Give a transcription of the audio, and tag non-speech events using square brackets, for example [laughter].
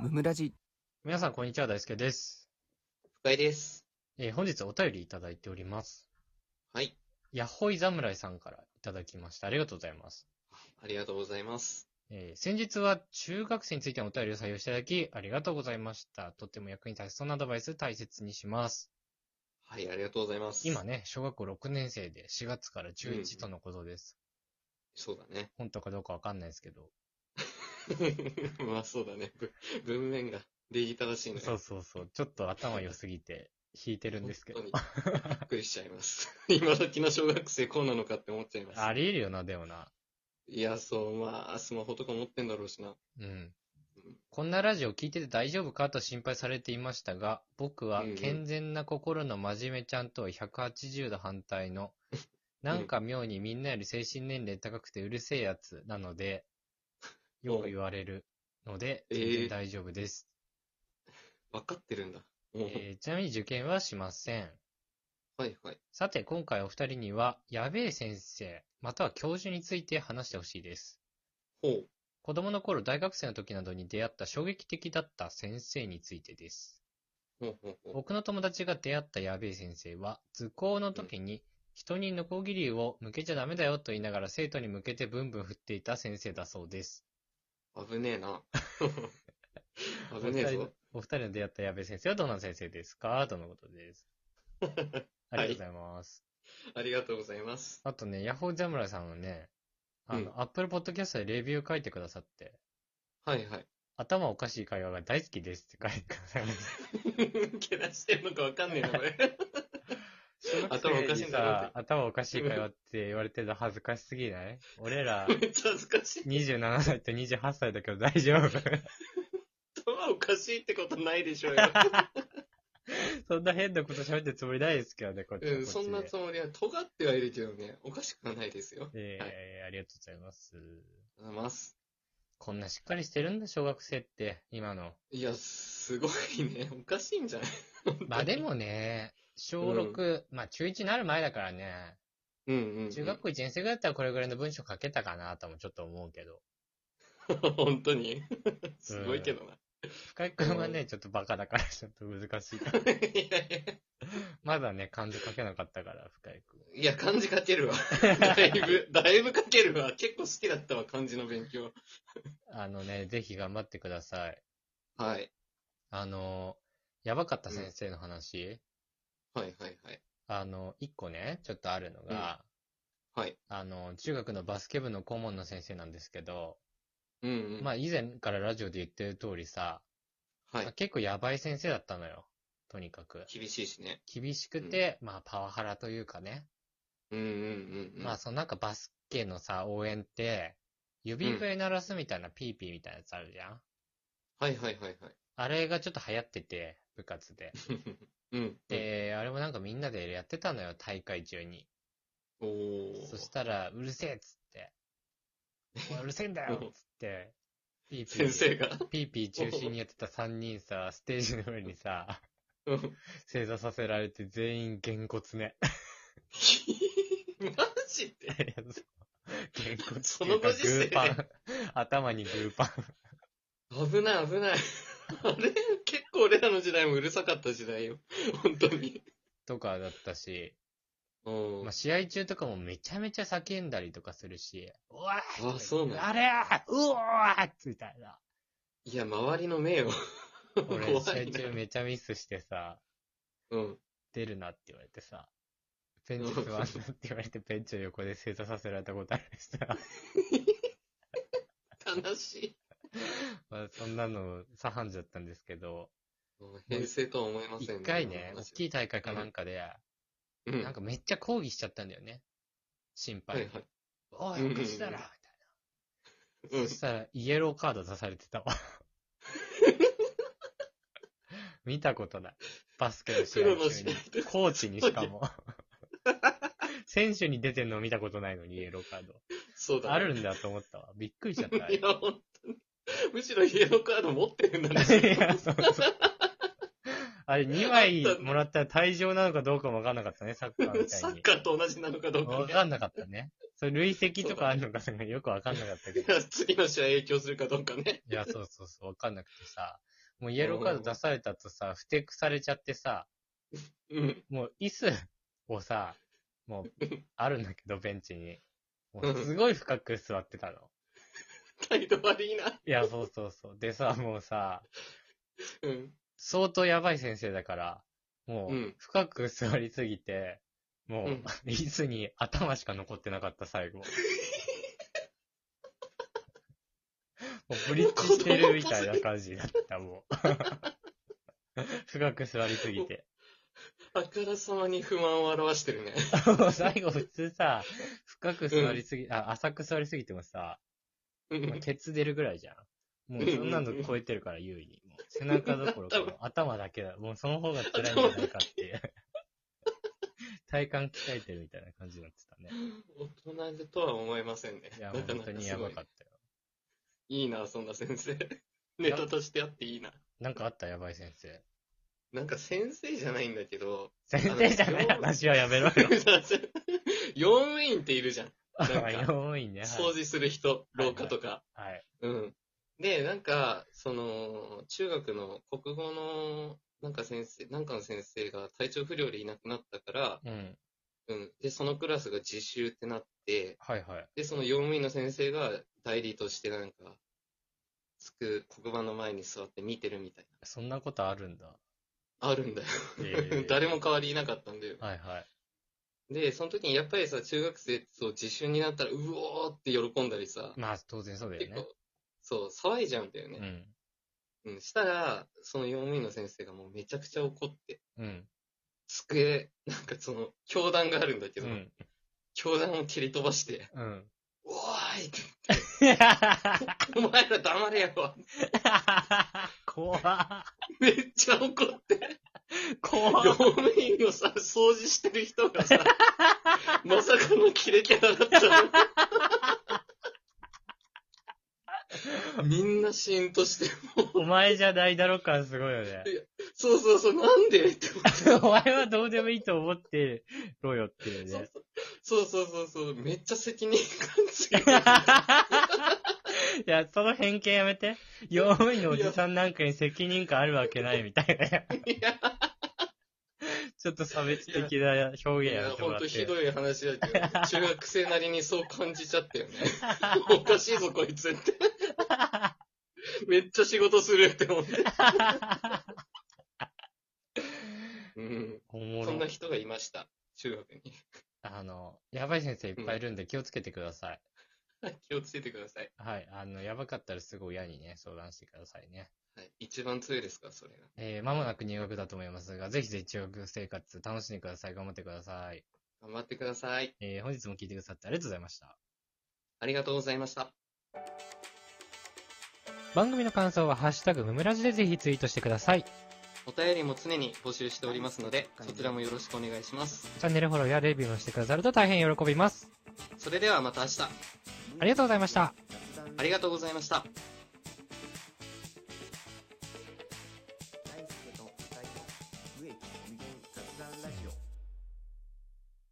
ムムラジ皆さん、こんにちは。大輔です。深井です。えー本日お便りいただいております。はい。ヤッホイ侍さんからいただきました。ありがとうございます。ありがとうございます。えー先日は中学生についてのお便りを採用していただき、ありがとうございました。とても役に立ちそうなアドバイス大切にします。はい、ありがとうございます。今。ね、小学校6年生で4月から11とのことです。そうだね。 [laughs] 本当かどうかわかんないですけど。まあそうだね。ぶ文面が礼儀正しいね。そうそうそう。ちょっと頭良すぎて引いてるんですけど本。当にびっくりしちゃいます。 [laughs] 今時の小学生こうなのかって思っちゃいます。ありえるよな、でもな。いや、そう、まあ、スマホとか持ってんだろうしな。うん。こんなラジオ聞いてて大丈夫かと心配されていましたが、僕はうんうん健全な心の真面目ちゃんとは180度反対 [laughs] の、なんか妙にみんなより精神年齢高くてうるせえやつなので、おうよく言われるので、えー全然大丈夫です。わかってるんだ。もうえーちなみに受験はしません。はいはい。さて、今回お二人には、やべえ先生、または教授について話してほしいです。ほう。子供の頃、大学生の時などに出会った衝撃的だった先生についてです。ほうほうほう。僕の友達が出会ったやべえ先生は、図工の時に、人にノコギリを向けちゃダメだよと言いながら生徒に向けてブンブン振っていた先生だそうです。危ね [laughs] えな。お危ね二え人ぞの。お二人の出会ったやべえ先生はどんな先生ですかとのことです。ありがとうございます。ありがとうございます。あとね、ヤホージャムラさんはね、あの、うアップルポッドキャストでレビュー書いてくださって、はいはい。 [laughs] 頭おかしい会話が大好きですって書いてくださいました。けなしてんのかわかんねえな、[laughs] これ。 [laughs] 頭おかしいんだろうっさ、て頭おかしい会話って言われてるの恥ずかしすぎない俺らめっちゃ恥ずかしい。 27歳と28歳だけど大丈 [laughs] 夫頭おかしいってことないで [laughs] しょうよ。そんな変なこと喋ってるつもりないですけどね、こっちはうこっちで。ん、そんなつもりは、尖ってはいるけどね、おかしくはないですよ。えはいえありがとうございます。ありがとうございます。こんなしっかりしてるんだ、小学生って、今の。いや、すごいね。おかしいんじゃない [laughs] まあでもね、小6、まあ中1になる前だからね、うんうんうん。中学校1年生ぐらいだったらこれぐらいの文章書けたかなともちょっと思うけど、 [laughs] 本当に。すごいけどな。深井くんはね、ちょっとバカだからちょっと難しい [laughs] から。 [laughs] いやいまだね、漢字書けなかったから、深井くん。や、いや、漢字書け [laughs] るわ。だいぶ、だいぶ書けるわ。結構好きだったわ、漢字の勉強。あのね、ぜひ頑張ってください。はい。あの、やばかった先生の話、はいはいはい。あの、一個ね、ちょっとあるのが、はい。あの、中学のバスケ部の顧問の先生なんですけど、うんうん。まあ以前からラジオで言ってる通りさ、はいまあ。結構やばい先生だったのよ。とにかく。厳しいしね。厳しくて、まあパワハラというかね。うんうんうんうん。まあそのなんかバスケのさ、応援って、指笛鳴らすみたいなピーピーみたいなやつあるじゃん、はいはいはいはい。あれがちょっと流行ってて、部活で。うん。で、あれもなんかみんなでやってたのよ、大会中に。おー。そしたら、うるせえっつって。おいうるせえんだよっつって。ピーピー先生が。ピーピー中心にやってた3人さ、ステージの上にさ、うん正座させられて全員げんこつね。マジでげんこつってそいのうかごグ時世ーでパン。頭にグーパン。危ない危ない。あれ結構俺らの時代もうるさかった時代よ。本当に。とかだったし、うん。まあ、試合中とかもめちゃめちゃ叫んだりとかするし、うわーあそうなんだあれーうおーみたいな。いや、周りの目よ。怖俺、い試合な中。めちゃミスしてさ、うん。出るなって言われてさ、ベンチ座んなって言われて、ベンチの横で正座させられたことあるしさ、 [laughs] 悲しい。まあそんなの、左半じだったんですけど、もう編成とは思えません一回ね、大きい。い大会かなんかで、うん。なんかめっちゃ抗議しちゃったんだよね。心は配いにはい。おい、おかしいだろみたいな。うんそ。したら、イエローカード出されてたわ。 [laughs] 見たことない。バスケの試合プロの中試合に。コーチにしかも。 [laughs] 選手に出てんの見たことないのに、イエローカード。そうだ、あるんだと思ったわ。びっくりしちゃった。あいれや、本当に。むしろイエローカード持ってるんだね。いやそうそう [laughs] あれ、2枚もらったら退場なのかどうかもわかんなかったね、サッカーみたサいッに。カーと同じなのかどうかわね。かんなかったね。それ累積とかあるのか [laughs] なんかよくわかんなかったけいど。や、次の試合影響するかどうかね。いや、そうそうそう、わかんなくてさ。もうイエローカード出されたとさ、不適されちゃってさ、うん。もう椅子をさ、もう、あるんだけど、ベンチに。もうすごい深く座ってたの。態度悪いな。いや、そうそうそう。でさ、もうさ、うん。相当やばい先生だから、もう、うん深く座りすぎて、もう、うん椅子に頭しか残ってなかった、最後。もうブリッジしてるみたいな感じだった、もう。 [laughs] 深く座りすぎて。あからさまに不満を表してるね。もう最後普通さ、深く座りすぎ、あ、浅く座りすぎてもさ、うまあん。ケツ出るぐらいじゃん。もうそんなの超えてるから、優位に。もう背中どころか、もう頭だけだ。もうその方が辛いんじゃないかっていう。体幹鍛えてるみたいな感じになってたね。大人とは思えませんね。いや、な本かな当かにすやごばいか。ったよ。いいな、そんな先生。ネタとしてあっていいな。なんかあったやばい先生。なんか先生じゃないんだ [laughs] けど、先生じゃない話はやめろよ。用務員っているじゃん。あ、 [laughs] なんか4位ね。 [laughs] はい掃除する人、はい廊下とか。はい。うん。で、なんか、その、中学の国語の、なんか先生、なんかの先生が体調不良でいなくなったから、うん。うん。で、そのクラスが自習ってなって、はいはい。で、その用務員の先生が代理としてなんか、つく黒板の前に座って見てるみたいそんなことあるんだ。な。あるんだよ。えー [laughs] 誰も代わりいなかったんだよ。はいはい。で、その時にやっぱりさ、中学生ってそう自習になったら、うおーって喜んだりさ、まあ、当然そうだよ結ね構。、そう、騒いじゃうんだようね。ん。うん。したら、その用務員の先生がもうめちゃくちゃ怒って、うん。机、なんかその、教団があるんだけうど、ん。教団を蹴り飛ばして、 [laughs] うん。 [laughs] おーいって、お前ら黙れよ怖っめっちゃ怒って、 [laughs] 怖用っ務員のさ、掃除してる人がさ、まさかのキレキャラだったの。みんなシーンとして、お前じゃないだろ感すごいよ [laughs] ね。そうそうそう、なんでって思ってお前はどうでもいいと思ってろよっていうね。そうそうそうそう、めっちゃ責任感強い。 [laughs] いや、その偏見やめて。用務員のおじさんなんかに責任感あるわけないみたいな。いや、ちょっと差別的な表い現ややめてもほんらっとて。ひどい話だけど、中学生なりにそう感じち [laughs] ゃったよね。おかしいぞ、こいつって。めっちゃ仕事するって思って。うん。 [laughs] おもそんろな。人がいました、中学に。あの、やばい先生いっぱいいるんで気をつけてください。気をつけてください。はい。あの、やばかったらすぐ親にね、相談してくださいね。はい、一番強いですから、それが。えー、まもなく入学だと思いますが、ぜひぜひ中学生活楽しんでください。頑張ってください。頑張ってください。えー、本日も聞いてくださってありがとうございました。ありがとうございました。番組の感想はハッシュタグムムラジでぜひツイートしてください。チお便りも常に募集しておりますので、そちらもよろしくお願いします。ャンネルフォローやレビューもしてくださると大変喜びます。それではまた明日、ありがとうございました。ありがとうございました。